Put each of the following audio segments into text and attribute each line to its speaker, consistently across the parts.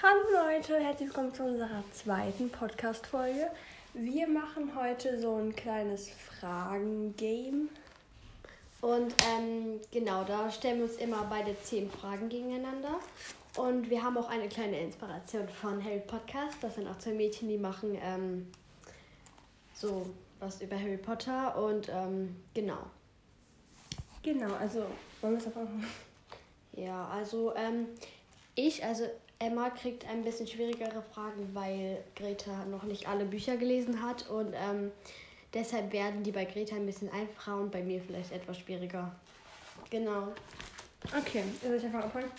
Speaker 1: Hallo Leute, herzlich willkommen zu unserer zweiten Podcast-Folge. Wir machen heute so ein kleines Fragen-Game.
Speaker 2: Und ähm, genau, da stellen wir uns immer beide zehn Fragen gegeneinander. Und wir haben auch eine kleine Inspiration von Harry Podcast. Das sind auch zwei Mädchen, die machen ähm, so was über Harry Potter. Und ähm, genau.
Speaker 1: Genau, also wollen wir es einfach machen?
Speaker 2: Ja, also ähm, ich, also Emma kriegt ein bisschen schwierigere Fragen, weil Greta noch nicht alle Bücher gelesen hat. Und ähm, deshalb werden die bei Greta ein bisschen einfacher und bei mir vielleicht etwas schwieriger. Genau.
Speaker 1: Okay, soll ich einfach anfangen?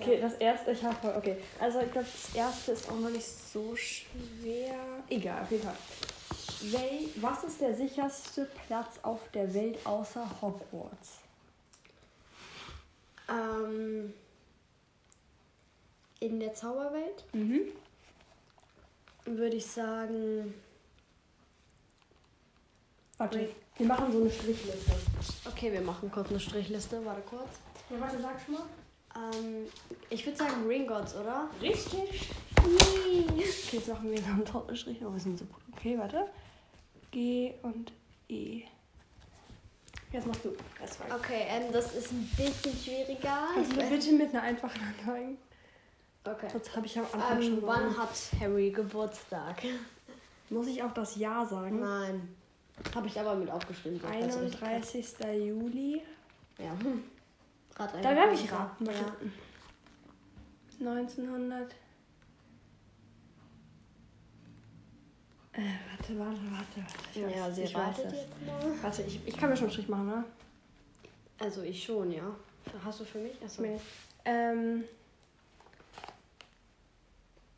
Speaker 1: Okay, das erste, ich habe okay. Also ich glaube, das erste ist auch noch nicht so schwer. Egal, auf jeden Fall. Wel Was ist der sicherste Platz auf der Welt außer Hogwarts?
Speaker 2: Ähm, in der Zauberwelt
Speaker 1: Mhm.
Speaker 2: würde ich sagen.
Speaker 1: Warte, wir machen so eine Strichliste.
Speaker 2: Okay, wir machen kurz eine Strichliste. Warte kurz.
Speaker 1: Ja, warte, sag schon mal.
Speaker 2: Ähm, ich würde sagen Ringgots, oder?
Speaker 1: Richtig. Okay, jetzt machen wir noch einen Doppelstrich, aber wir sind so gut. Okay, warte. G und E. Jetzt machst du. Das war
Speaker 2: Okay, ähm, das ist ein bisschen schwieriger.
Speaker 1: Kannst du mir bitte mit einer einfachen anfangen?
Speaker 2: Okay.
Speaker 1: Sonst habe ich am Anfang
Speaker 2: Ähm,
Speaker 1: schon
Speaker 2: wann
Speaker 1: mal. Mhm.
Speaker 2: hat Harry Geburtstag?
Speaker 1: Muss ich auch das Jahr sagen?
Speaker 2: Nein. Habe ich aber mit aufgeschrieben. so also ich weiß nicht.
Speaker 1: 31. Juli.
Speaker 2: Ja. hm. Rat
Speaker 1: Da
Speaker 2: einfach
Speaker 1: darf ich
Speaker 2: mal.
Speaker 1: raten.
Speaker 2: Ja.
Speaker 1: 1900. Äh, warte, warte, warte, warte. Ich weiß,
Speaker 2: ja, sie
Speaker 1: ich weiß
Speaker 2: ratet
Speaker 1: das.
Speaker 2: jetzt mal.
Speaker 1: Warte, ich, ich kann mir schon einen Strich machen, ne?
Speaker 2: Also ich schon, ja. Hast du für mich? Achso.
Speaker 1: Nee. Ähm.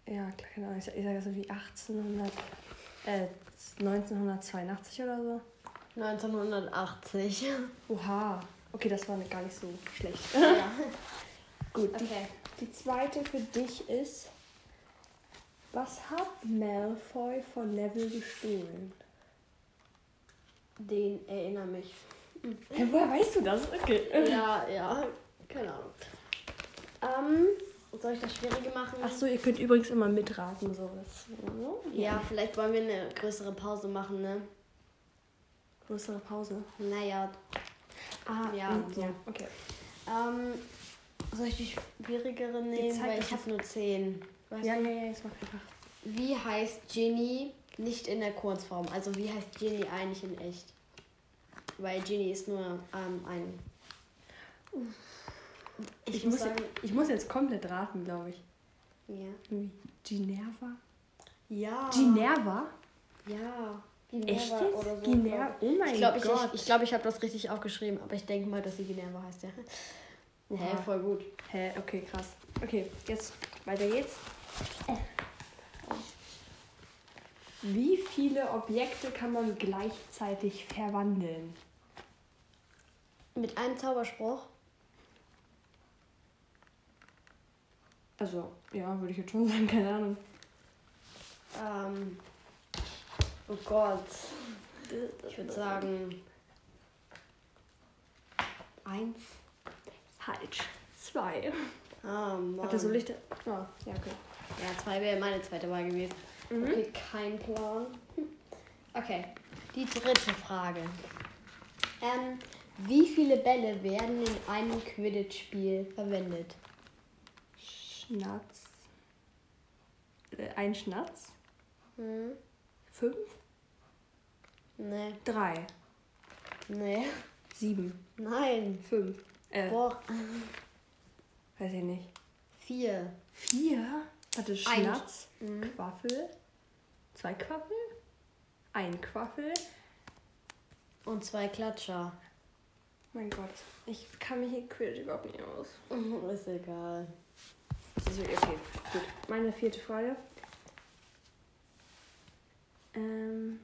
Speaker 1: Ja, klar, keine Ahnung. Ich sag, ich sag jetzt irgendwie 1800. Äh, 1982 oder so.
Speaker 2: 1980.
Speaker 1: Oha. Okay, das war gar nicht so schlecht.
Speaker 2: ja.
Speaker 1: Gut.
Speaker 2: Okay.
Speaker 1: Die, die zweite für dich ist. Was hat Malfoy von Neville gestohlen?
Speaker 2: Den erinnere mich.
Speaker 1: Hä, woher weißt du das? Okay.
Speaker 2: Ja, ja. Keine Ahnung. Ähm, soll ich das Schwierige machen?
Speaker 1: Achso, ihr könnt übrigens immer mitraten, so. Das, so. ne?
Speaker 2: Ja, vielleicht wollen wir eine größere Pause machen, ne?
Speaker 1: Größere Pause.
Speaker 2: Naja.
Speaker 1: Ah,
Speaker 2: Ja,
Speaker 1: mm,
Speaker 2: so.
Speaker 1: ja. Okay.
Speaker 2: Ähm, soll ich die schwierigere nehmen?
Speaker 1: Zeit,
Speaker 2: Weil
Speaker 1: ich
Speaker 2: ich habe nur 10. Weißt
Speaker 1: Ja,
Speaker 2: du?
Speaker 1: ja, ja, ich mach einfach.
Speaker 2: Wie heißt Ginny nicht in der Kurzform? Also wie heißt Ginny eigentlich in echt? Weil Ginny ist nur ähm, ein.
Speaker 1: Ich, muss, jetzt, ich muss jetzt komplett raten, glaube ich.
Speaker 2: Ja.
Speaker 1: Irgendwie Ginerva?
Speaker 2: Ah. Ja.
Speaker 1: Ginerva?
Speaker 2: Ja.
Speaker 1: Echt
Speaker 2: Ginevra
Speaker 1: jetzt?
Speaker 2: oder so.
Speaker 1: Ginerva? Oh mein
Speaker 2: Ich glaube, ich,
Speaker 1: Gott.
Speaker 2: ich, ich, glaub, ich habe das richtig aufgeschrieben, aber ich denke mal, dass sie Ginevra heißt, ja. Hä,
Speaker 1: Oha.
Speaker 2: voll gut.
Speaker 1: Hä, okay, krass. Okay, jetzt weiter geht's. Wie viele Objekte kann man gleichzeitig verwandeln?
Speaker 2: Mit einem Zauberspruch?
Speaker 1: Also, ja, würde ich jetzt schon sagen, keine Ahnung.
Speaker 2: Ähm, oh Gott. Ich würde sagen. Eins.
Speaker 1: Falsch. Zwei.
Speaker 2: Ah, Mann.
Speaker 1: Warte, soll ich da. Ah, ja, okay.
Speaker 2: Ja, zwei wäre meine zweite Wahl gewesen. Okay, kein Plan. Hm. Okay, die dritte Frage. Ähm, wie viele Bälle werden in einem Quidditch-Spiel verwendet?
Speaker 1: Schnatz. Äh, Ein Schnatz.
Speaker 2: Hm?
Speaker 1: Fünf.
Speaker 2: Nee,
Speaker 1: Drei.
Speaker 2: nee,
Speaker 1: Sieben.
Speaker 2: nein.
Speaker 1: Fünf. Äh,
Speaker 2: Boah,
Speaker 1: weiß ich nicht.
Speaker 2: vier.
Speaker 1: Vier? Warte,
Speaker 2: Ein.
Speaker 1: Schnatz, Quaffel, zwei Quaffel, ein Quaffel.
Speaker 2: Und zwei Klatscher.
Speaker 1: Mein Gott, ich kann mich hier Quidditch überhaupt nicht aus.
Speaker 2: Ist egal.
Speaker 1: Das ist wirklich okay. Gut, meine vierte Frage. Ähm,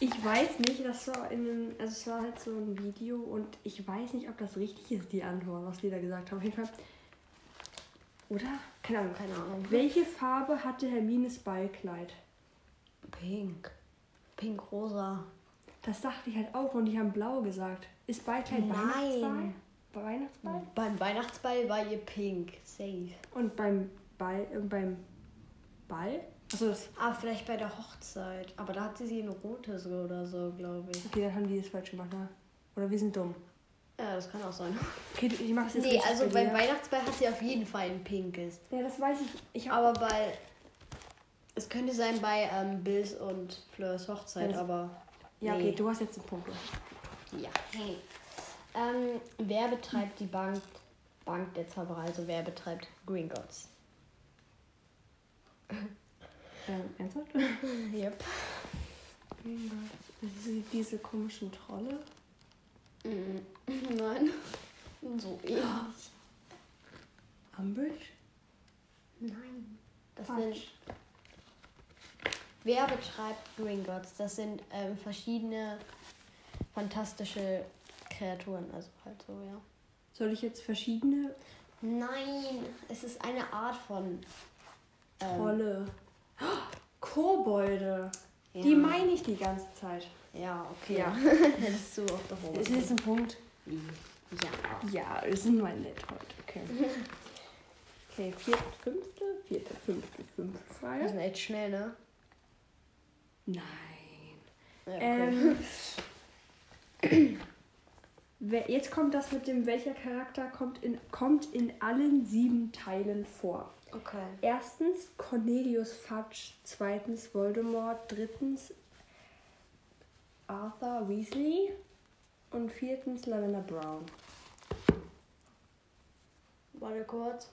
Speaker 1: ich weiß nicht, das war in einem, also es war halt so ein Video und ich weiß nicht, ob das richtig ist, die Antwort, was die da gesagt haben. Auf jeden Fall. Oder? Keine Ahnung.
Speaker 2: Keine Ahnung.
Speaker 1: Welche Farbe hatte Hermines Ballkleid?
Speaker 2: Pink. Pink-rosa.
Speaker 1: Das dachte ich halt auch und die haben blau gesagt. Ist Ballkleid
Speaker 2: Nein.
Speaker 1: Weihnachtsball? Bei Weihnachtsball?
Speaker 2: Beim Weihnachtsball war ihr pink. Safe.
Speaker 1: Und beim Ball, äh, beim Ball? Achso, das.
Speaker 2: Ah, vielleicht bei der Hochzeit. Aber da hat sie sie in rote so oder so, glaube ich.
Speaker 1: Okay, dann haben die das falsch gemacht, ne? Oder wir sind dumm.
Speaker 2: Ja, das kann auch sein.
Speaker 1: Okay, du- ich mach's jetzt
Speaker 2: Nee,
Speaker 1: richtig
Speaker 2: also beim
Speaker 1: dir.
Speaker 2: Weihnachtsball hat sie auf jeden Fall ein pinkes.
Speaker 1: Ja, das weiß ich. Ich hab,
Speaker 2: Aber bei. Es könnte sein bei ähm, Bills und Fleurs Hochzeit,
Speaker 1: Also-
Speaker 2: aber.
Speaker 1: ja, okay,
Speaker 2: nee.
Speaker 1: du hast jetzt einen Punkt.
Speaker 2: Ja. Hey. Ähm, wer betreibt die Bank, Bank der Zauberer? Also wer betreibt Gringotts?
Speaker 1: Ähm, ernsthaft?
Speaker 2: Yep.
Speaker 1: Diese, diese komischen Trolle.
Speaker 2: Mhm. Nein. So ähnlich.
Speaker 1: Ambridge?
Speaker 2: Nein. Das
Speaker 1: Falsch.
Speaker 2: sind. Wer betreibt Gringotts? Das sind ähm, verschiedene fantastische Kreaturen, also halt so, ja.
Speaker 1: Soll ich jetzt verschiedene
Speaker 2: Nein, es ist eine Art von. ähm,
Speaker 1: Trolle? Oh, Kobolde!
Speaker 2: Ja.
Speaker 1: Die meine ich die ganze Zeit.
Speaker 2: Ja, okay.
Speaker 1: Ja.
Speaker 2: Hättest du auch davor.
Speaker 1: Ist jetzt ein Punkt?
Speaker 2: Ja.
Speaker 1: Ja, wir sind mal nett heute. Okay. Okay, vierte, fünfte, vierte, fünfte, fünfte
Speaker 2: Wir
Speaker 1: Frage.
Speaker 2: sind echt schnell, ne?
Speaker 1: Nein.
Speaker 2: Ja,
Speaker 1: Ähm, wer- jetzt kommt das mit dem, welcher Charakter kommt in, kommt in allen sieben Teilen vor.
Speaker 2: okay.
Speaker 1: Erstens Cornelius Fudge, zweitens Voldemort, drittens Arthur Weasley und viertens Lavender Brown.
Speaker 2: Warte kurz.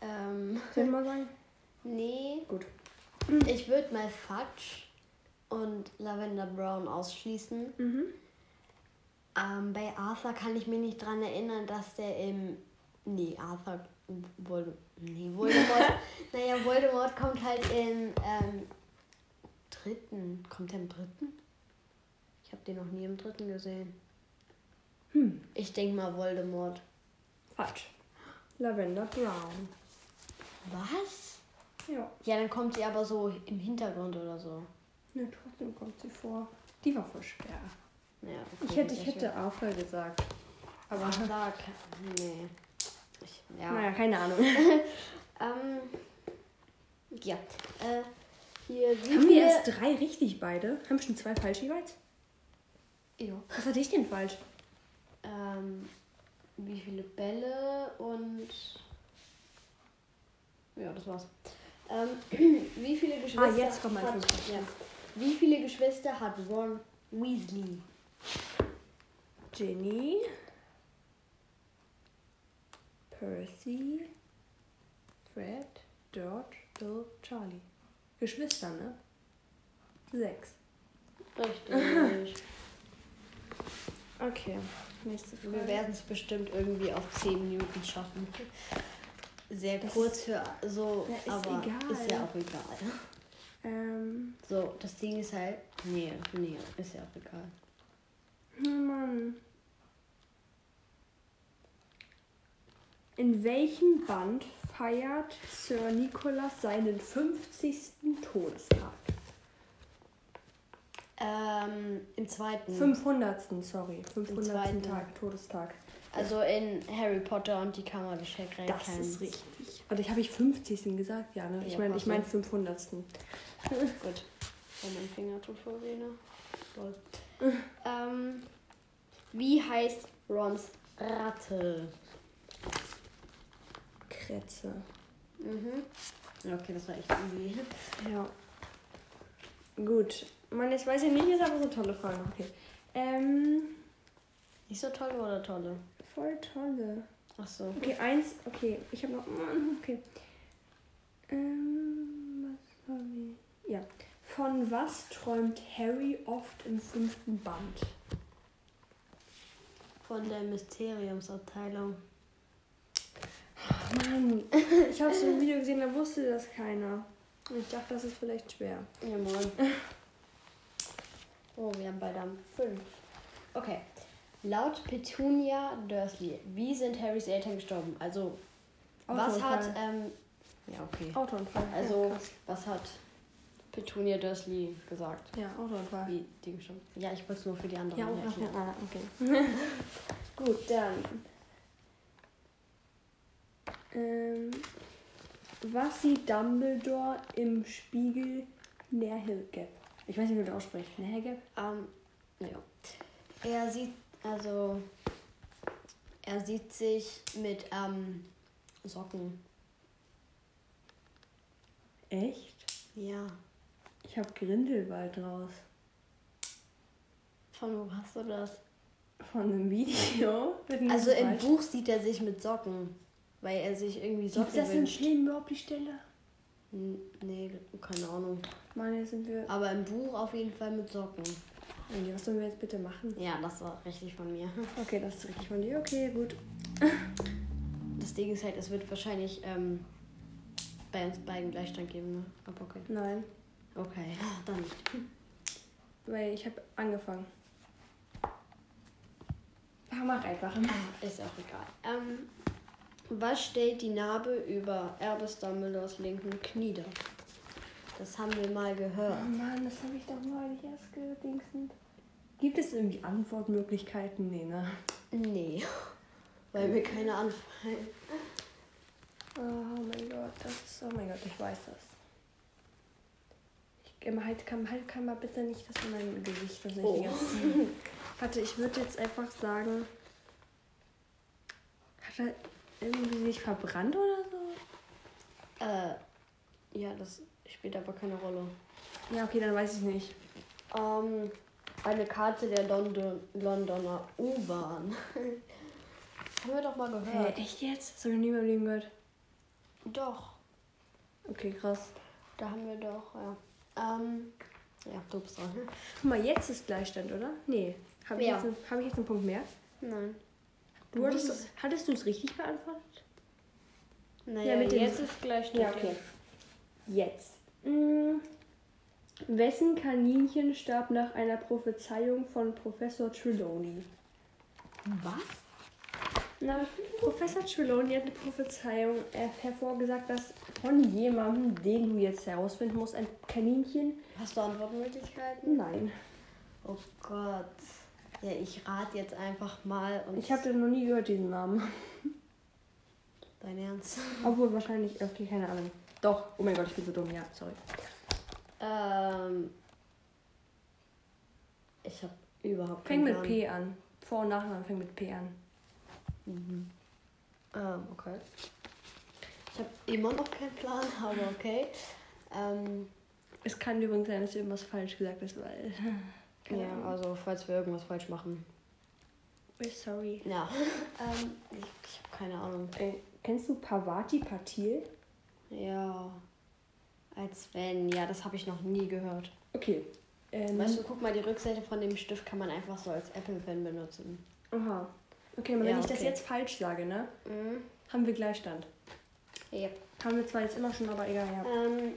Speaker 2: Ähm,
Speaker 1: Soll ich mal sagen?
Speaker 2: nee.
Speaker 1: Gut.
Speaker 2: Ich würde mal Fudge und Lavender Brown ausschließen.
Speaker 1: Mhm.
Speaker 2: Ähm, bei Arthur kann ich mich nicht dran erinnern, dass der im. Nee, Arthur. Voldemort. Nee, Voldemort. naja, Voldemort kommt halt im ähm, dritten. Kommt er im dritten? Ich habe den noch nie im dritten gesehen.
Speaker 1: Hm.
Speaker 2: Ich denke mal Voldemort.
Speaker 1: Fudge. Lavender Brown.
Speaker 2: Was?
Speaker 1: Ja.
Speaker 2: Ja, dann kommt sie aber so im Hintergrund oder so.
Speaker 1: Ne, trotzdem kommt sie vor. Die war voll schwer.
Speaker 2: Naja, okay,
Speaker 1: Ich hätte,
Speaker 2: sehr
Speaker 1: ich hätte Arthur gesagt.
Speaker 2: schön.
Speaker 1: Aber
Speaker 2: Arthur. kann- Nee. Ich, ja.
Speaker 1: naja, keine Ahnung.
Speaker 2: Ähm, ja. Äh, hier, äh, wie
Speaker 1: Haben wir
Speaker 2: viele-
Speaker 1: erst drei richtig beide? Haben wir schon zwei falsch jeweils?
Speaker 2: Ja.
Speaker 1: Was hatte ich denn falsch?
Speaker 2: Ähm, wie viele Bälle und. Ja, das war's. Ähm, wie viele Geschwister.
Speaker 1: Ah, jetzt kommt mein
Speaker 2: hat,
Speaker 1: fünfter.
Speaker 2: ja. Wie viele Geschwister hat Ron Weasley?
Speaker 1: Ginny. Percy. Fred. George. Bill. Charlie. Geschwister, ne? Sechs.
Speaker 2: Richtig.
Speaker 1: Okay. Nächste
Speaker 2: Wir werden es bestimmt irgendwie auf 10 Minuten schaffen. Sehr
Speaker 1: Das-
Speaker 2: kurz für so,
Speaker 1: Ja, ist
Speaker 2: aber
Speaker 1: egal.
Speaker 2: ist ja auch egal.
Speaker 1: Ähm.
Speaker 2: So, das Ding ist halt, nee, nee, ist ja auch egal.
Speaker 1: Oh Mann. In welchem Band feiert Sir Nicholas seinen 50. Todestag?
Speaker 2: Ähm, im zweiten.
Speaker 1: 500. Sorry. 500.
Speaker 2: zweiten.
Speaker 1: Tag, Todestag.
Speaker 2: Also in Harry Potter und die Kammer des Schreckens.
Speaker 1: Das ist richtig. Warte, ich habe ich 50. gesagt? Ja, ne? Ich
Speaker 2: Ja,
Speaker 1: meine, ich
Speaker 2: passt
Speaker 1: meine
Speaker 2: so.
Speaker 1: 500.
Speaker 2: Gut. Wenn mein Finger tut vor weh, ne? Toll. ähm, wie heißt Rons Ratte?
Speaker 1: Kretze.
Speaker 2: Mhm. Okay, das war echt easy.
Speaker 1: Ja. Gut. Man, jetzt weiß ich nicht, ist aber so tolle Frage. Okay. Ähm,
Speaker 2: Nicht so tolle oder tolle?
Speaker 1: voll tolle.
Speaker 2: Ach so.
Speaker 1: Okay, eins. Okay, ich habe noch. oh, Okay. Ähm, was war ich? Ja. Von was träumt Harry oft im fünften Band?
Speaker 2: Von der Mysteriumsabteilung.
Speaker 1: Mann, ich habe so ein Video gesehen, da wusste das keiner. Und ich dachte, das ist vielleicht schwer.
Speaker 2: Ja, moin. Oh, wir haben beide am 5. Okay. Laut Petunia Dursley, wie sind Harrys Eltern gestorben? Also, was
Speaker 1: Autounfall.
Speaker 2: hat. Ähm, ja, okay.
Speaker 1: Autounfall.
Speaker 2: Also,
Speaker 1: Ja, krass.
Speaker 2: was hat Petunia Dursley gesagt?
Speaker 1: ja Autounfall.
Speaker 2: Wie die gestorben Ja, ich
Speaker 1: ah,
Speaker 2: wollte es nur für die anderen
Speaker 1: Ja,
Speaker 2: erklären.
Speaker 1: Autounfall. Ah, okay. Gut, dann. Ähm, was sieht Dumbledore im Spiegel Nährhilgap? Ich weiß nicht, wie man das ausspricht. Nährhilgap?
Speaker 2: Ähm, ja. Er sieht, also, er sieht sich mit ähm, Socken.
Speaker 1: Echt?
Speaker 2: Ja.
Speaker 1: Ich habe Grindelwald raus.
Speaker 2: Von wo hast du das?
Speaker 1: Von einem Video. Mit einem
Speaker 2: Also im
Speaker 1: Beispiel.
Speaker 2: Buch sieht er sich mit Socken, weil er sich irgendwie Socken
Speaker 1: Gibt's das im
Speaker 2: wünscht.
Speaker 1: Film überhaupt die Stelle?
Speaker 2: N- Nee, keine Ahnung.
Speaker 1: Meine sind wir.
Speaker 2: Aber im Buch auf jeden Fall mit Socken.
Speaker 1: Angie, was sollen wir jetzt bitte machen?
Speaker 2: Ja, das war richtig von mir.
Speaker 1: Okay, das ist richtig von dir. Okay, gut.
Speaker 2: Das Ding ist halt, es wird wahrscheinlich ähm, bei uns beiden Gleichstand geben, ne? Aber okay.
Speaker 1: Nein,
Speaker 2: Okay, dann nicht.
Speaker 1: weil ich habe angefangen. Ach, mach einfach.
Speaker 2: Ist auch egal. Ähm, was stellt die Narbe über Albus Dumbledores linken Knie dar? Das haben wir mal
Speaker 1: Oh
Speaker 2: gehört.
Speaker 1: Mann, das habe ich doch neulich erst gedingsen. Gibt es irgendwie Antwortmöglichkeiten? Nee, ne?
Speaker 2: Nee, weil mir keine anfallen.
Speaker 1: Oh mein Gott, das ist. Oh mein Gott, ich weiß das. Ich ähm, halt kann, halt kann mal bitte nicht das in meinem Gesicht. Das nicht
Speaker 2: Oh.
Speaker 1: die ganze Warte, ich würde jetzt einfach sagen. Hat er irgendwie sich verbrannt oder so?
Speaker 2: Äh, ja, das spielt aber keine Rolle.
Speaker 1: Ja, okay, dann weiß ich nicht.
Speaker 2: Ähm, eine Karte der London Londoner U-Bahn. Das haben wir doch mal
Speaker 1: Hä,
Speaker 2: gehört.
Speaker 1: Äh, echt jetzt? Das habe ich nie in meinem Leben gehört.
Speaker 2: Doch,
Speaker 1: Okay, krass.
Speaker 2: da haben wir doch, ja. Ähm, ja, du bist dran.
Speaker 1: Guck mal, jetzt ist Gleichstand, oder? Nee. Habe ich,
Speaker 2: Ja.
Speaker 1: jetzt einen- hab ich jetzt einen Punkt mehr?
Speaker 2: Nein.
Speaker 1: Du hattest, hattest du es richtig beantwortet?
Speaker 2: Naja,
Speaker 1: mit dem-
Speaker 2: jetzt ist gleich
Speaker 1: Ja, okay. Jetzt. Mm, wessen Kaninchen starb nach einer Prophezeiung von Professor Trelawney?
Speaker 2: Was?
Speaker 1: Na, Professor Trelawney hat eine Prophezeiung äh, hervorgesagt, dass von jemandem, den du jetzt herausfinden musst, ein Kaninchen.
Speaker 2: Hast du Antwortmöglichkeiten?
Speaker 1: Nein.
Speaker 2: Oh Gott. Ja, ich rate jetzt einfach mal und
Speaker 1: Ich habe den noch nie gehört, diesen Namen.
Speaker 2: dein Ernst.
Speaker 1: Obwohl wahrscheinlich, äh, okay, keine Ahnung. Doch, oh mein Gott, ich bin so dumm, ja, sorry.
Speaker 2: Ähm, ich habe überhaupt
Speaker 1: Fängt
Speaker 2: keinen
Speaker 1: mit
Speaker 2: Plan.
Speaker 1: P an. Vor- und Nachnamen fängt mit P an.
Speaker 2: Mhm. Ähm, okay. Ich habe immer noch keinen Plan, aber okay. Ähm,
Speaker 1: Es kann übrigens sein, dass irgendwas falsch gesagt ist, weil. Keine
Speaker 2: ja,
Speaker 1: Ahnung.
Speaker 2: also falls wir irgendwas falsch machen.
Speaker 1: We're sorry.
Speaker 2: Ja. ähm, ich, ich habe keine Ahnung.
Speaker 1: Ey, Äh, kennst du Pavati Patil?
Speaker 2: Ja. Als wenn, ja, das habe ich noch nie gehört.
Speaker 1: Okay. Ähm,
Speaker 2: Weißt du, guck mal, die Rückseite von dem Stift kann man einfach so als Apple-Pen benutzen.
Speaker 1: Aha. Okay, aber wenn
Speaker 2: Ja,
Speaker 1: ich das
Speaker 2: okay.
Speaker 1: jetzt falsch sage, ne?
Speaker 2: Mhm.
Speaker 1: Haben wir Gleichstand.
Speaker 2: Ja.
Speaker 1: Haben wir zwar jetzt immer schon, aber egal, ja.
Speaker 2: Ähm,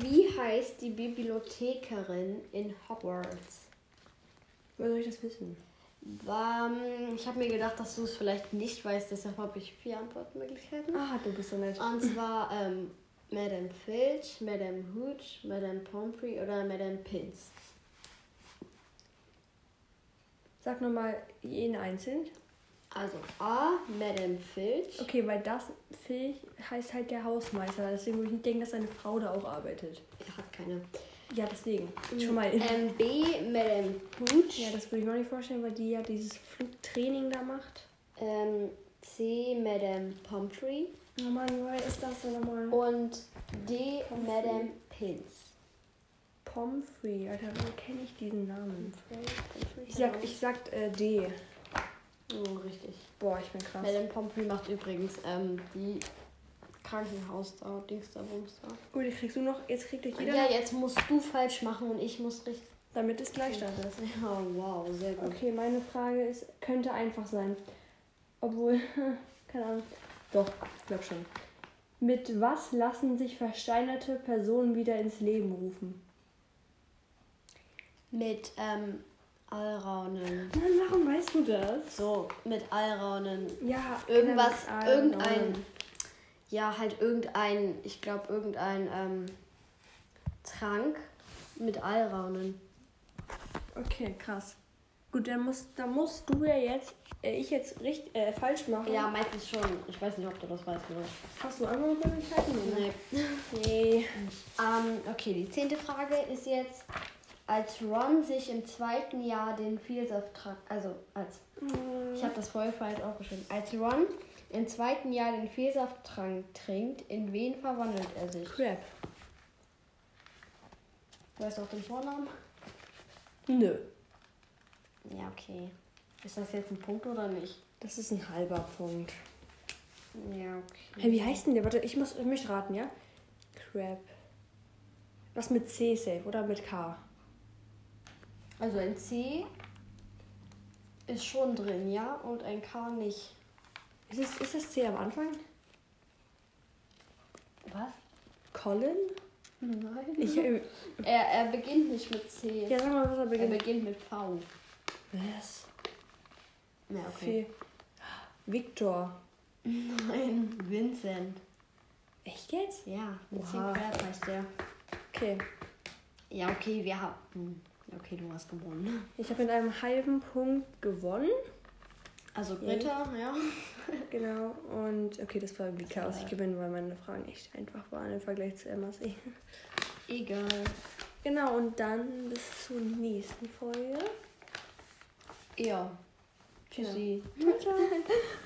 Speaker 2: wie heißt die Bibliothekarin in Hogwarts?
Speaker 1: Wo soll ich das wissen?
Speaker 2: Ähm, ich habe mir gedacht, dass du es vielleicht nicht weißt, deshalb habe ich vier Antwortmöglichkeiten.
Speaker 1: Ah, du bist so nett.
Speaker 2: Und zwar ähm, Madame Filch, Madame Hooch, Madame Pomfrey oder Madame Pins.
Speaker 1: Sag nochmal jeden einzeln.
Speaker 2: Also A, Madame Filch.
Speaker 1: Okay, weil das Fähig heißt halt der Hausmeister. Deswegen würde ich nicht denken, dass seine Frau da auch arbeitet.
Speaker 2: Ich habe keine.
Speaker 1: Ja, deswegen. Schon mal.
Speaker 2: Ähm, B, Madame Hooch.
Speaker 1: Ja, das würde ich mir auch nicht vorstellen, weil die ja dieses Flugtraining da macht.
Speaker 2: ähm, C, Madame Pomfrey.
Speaker 1: Oh Mann, woher ist das denn nochmal?
Speaker 2: Und D,
Speaker 1: Pomfrey.
Speaker 2: Madame Pins.
Speaker 1: Pomfrey, Alter, woher kenne ich diesen Namen?
Speaker 2: Pomfrey,
Speaker 1: Ich sag,
Speaker 2: genau.
Speaker 1: ich sag äh, D.
Speaker 2: Oh, richtig.
Speaker 1: Boah, ich bin krass.
Speaker 2: Madame Pomfrey macht übrigens ähm, die Krankenhaus da, Dings da, Bums da.
Speaker 1: Gut, jetzt kriegst du noch, jetzt kriegt euch jeder,
Speaker 2: Ah, Ja, jetzt musst du falsch machen und ich muss richtig.
Speaker 1: damit es Gleichstand ist.
Speaker 2: Ja, wow, sehr gut.
Speaker 1: Okay, meine Frage ist, könnte einfach sein. Obwohl, keine Ahnung. Doch, ich glaub schon. Mit was lassen sich versteinerte Personen wieder ins Leben rufen?
Speaker 2: Mit ähm, Allraunen.
Speaker 1: Mann, warum weißt du das?
Speaker 2: So, mit
Speaker 1: Genau,
Speaker 2: Allraunen.
Speaker 1: Ja,
Speaker 2: Irgendwas,
Speaker 1: keine Ahnung.
Speaker 2: irgendein. Ja, halt irgendein, ich glaube, irgendein ähm, Trank mit Allraunen.
Speaker 1: Okay, krass. Gut, dann musst, dann musst du ja jetzt, äh, ich jetzt richtig, äh, falsch machen.
Speaker 2: Ja, meistens schon. Ich weiß nicht, ob du das weißt, oder?
Speaker 1: Hast du andere Möglichkeiten?
Speaker 2: Nee.
Speaker 1: Nee.
Speaker 2: Ähm, okay, die zehnte Frage ist jetzt, als Ron sich im zweiten Jahr den Vielsaftrank, also als, ich habe das vorher falsch aufgeschrieben, als Ron im zweiten Jahr den Vielsafttrank trinkt, in wen verwandelt er sich?
Speaker 1: Crap.
Speaker 2: Weißt du auch den Vornamen?
Speaker 1: Nö.
Speaker 2: Ja, okay. Ist das jetzt ein Punkt oder nicht?
Speaker 1: Das ist ein halber Punkt.
Speaker 2: Ja, okay.
Speaker 1: Hey, wie heißt denn der? Warte, ich muss ich möchte raten, ja? Crap. Was mit C safe oder mit K?
Speaker 2: Also ein C ist schon drin, ja, und ein K nicht.
Speaker 1: Ist, es, ist das C am Anfang?
Speaker 2: Was?
Speaker 1: Colin?
Speaker 2: Nein.
Speaker 1: Ich, äh,
Speaker 2: er, er beginnt nicht mit C.
Speaker 1: ja, sag mal, was er
Speaker 2: Er
Speaker 1: beginnt.
Speaker 2: beginnt mit V.
Speaker 1: Was?
Speaker 2: Ja,
Speaker 1: Okay. Victor.
Speaker 2: Nein, Vincent.
Speaker 1: Echt jetzt?
Speaker 2: Ja, mit C
Speaker 1: Oha.
Speaker 2: Crab heißt der.
Speaker 1: Okay.
Speaker 2: Ja, okay, wir haben. Okay, du hast gewonnen.
Speaker 1: Ich habe mit einem halben Punkt gewonnen.
Speaker 2: Also Britta, ja.
Speaker 1: Genau. Und okay, das war irgendwie klar, dass ich
Speaker 2: Ja.
Speaker 1: gewinne, weil meine Fragen echt einfach waren im Vergleich zu Emmas.
Speaker 2: Egal.
Speaker 1: Genau, und dann bis zur nächsten Folge.
Speaker 2: Ja. Tschüssi.
Speaker 1: Genau. Ciao, ciao.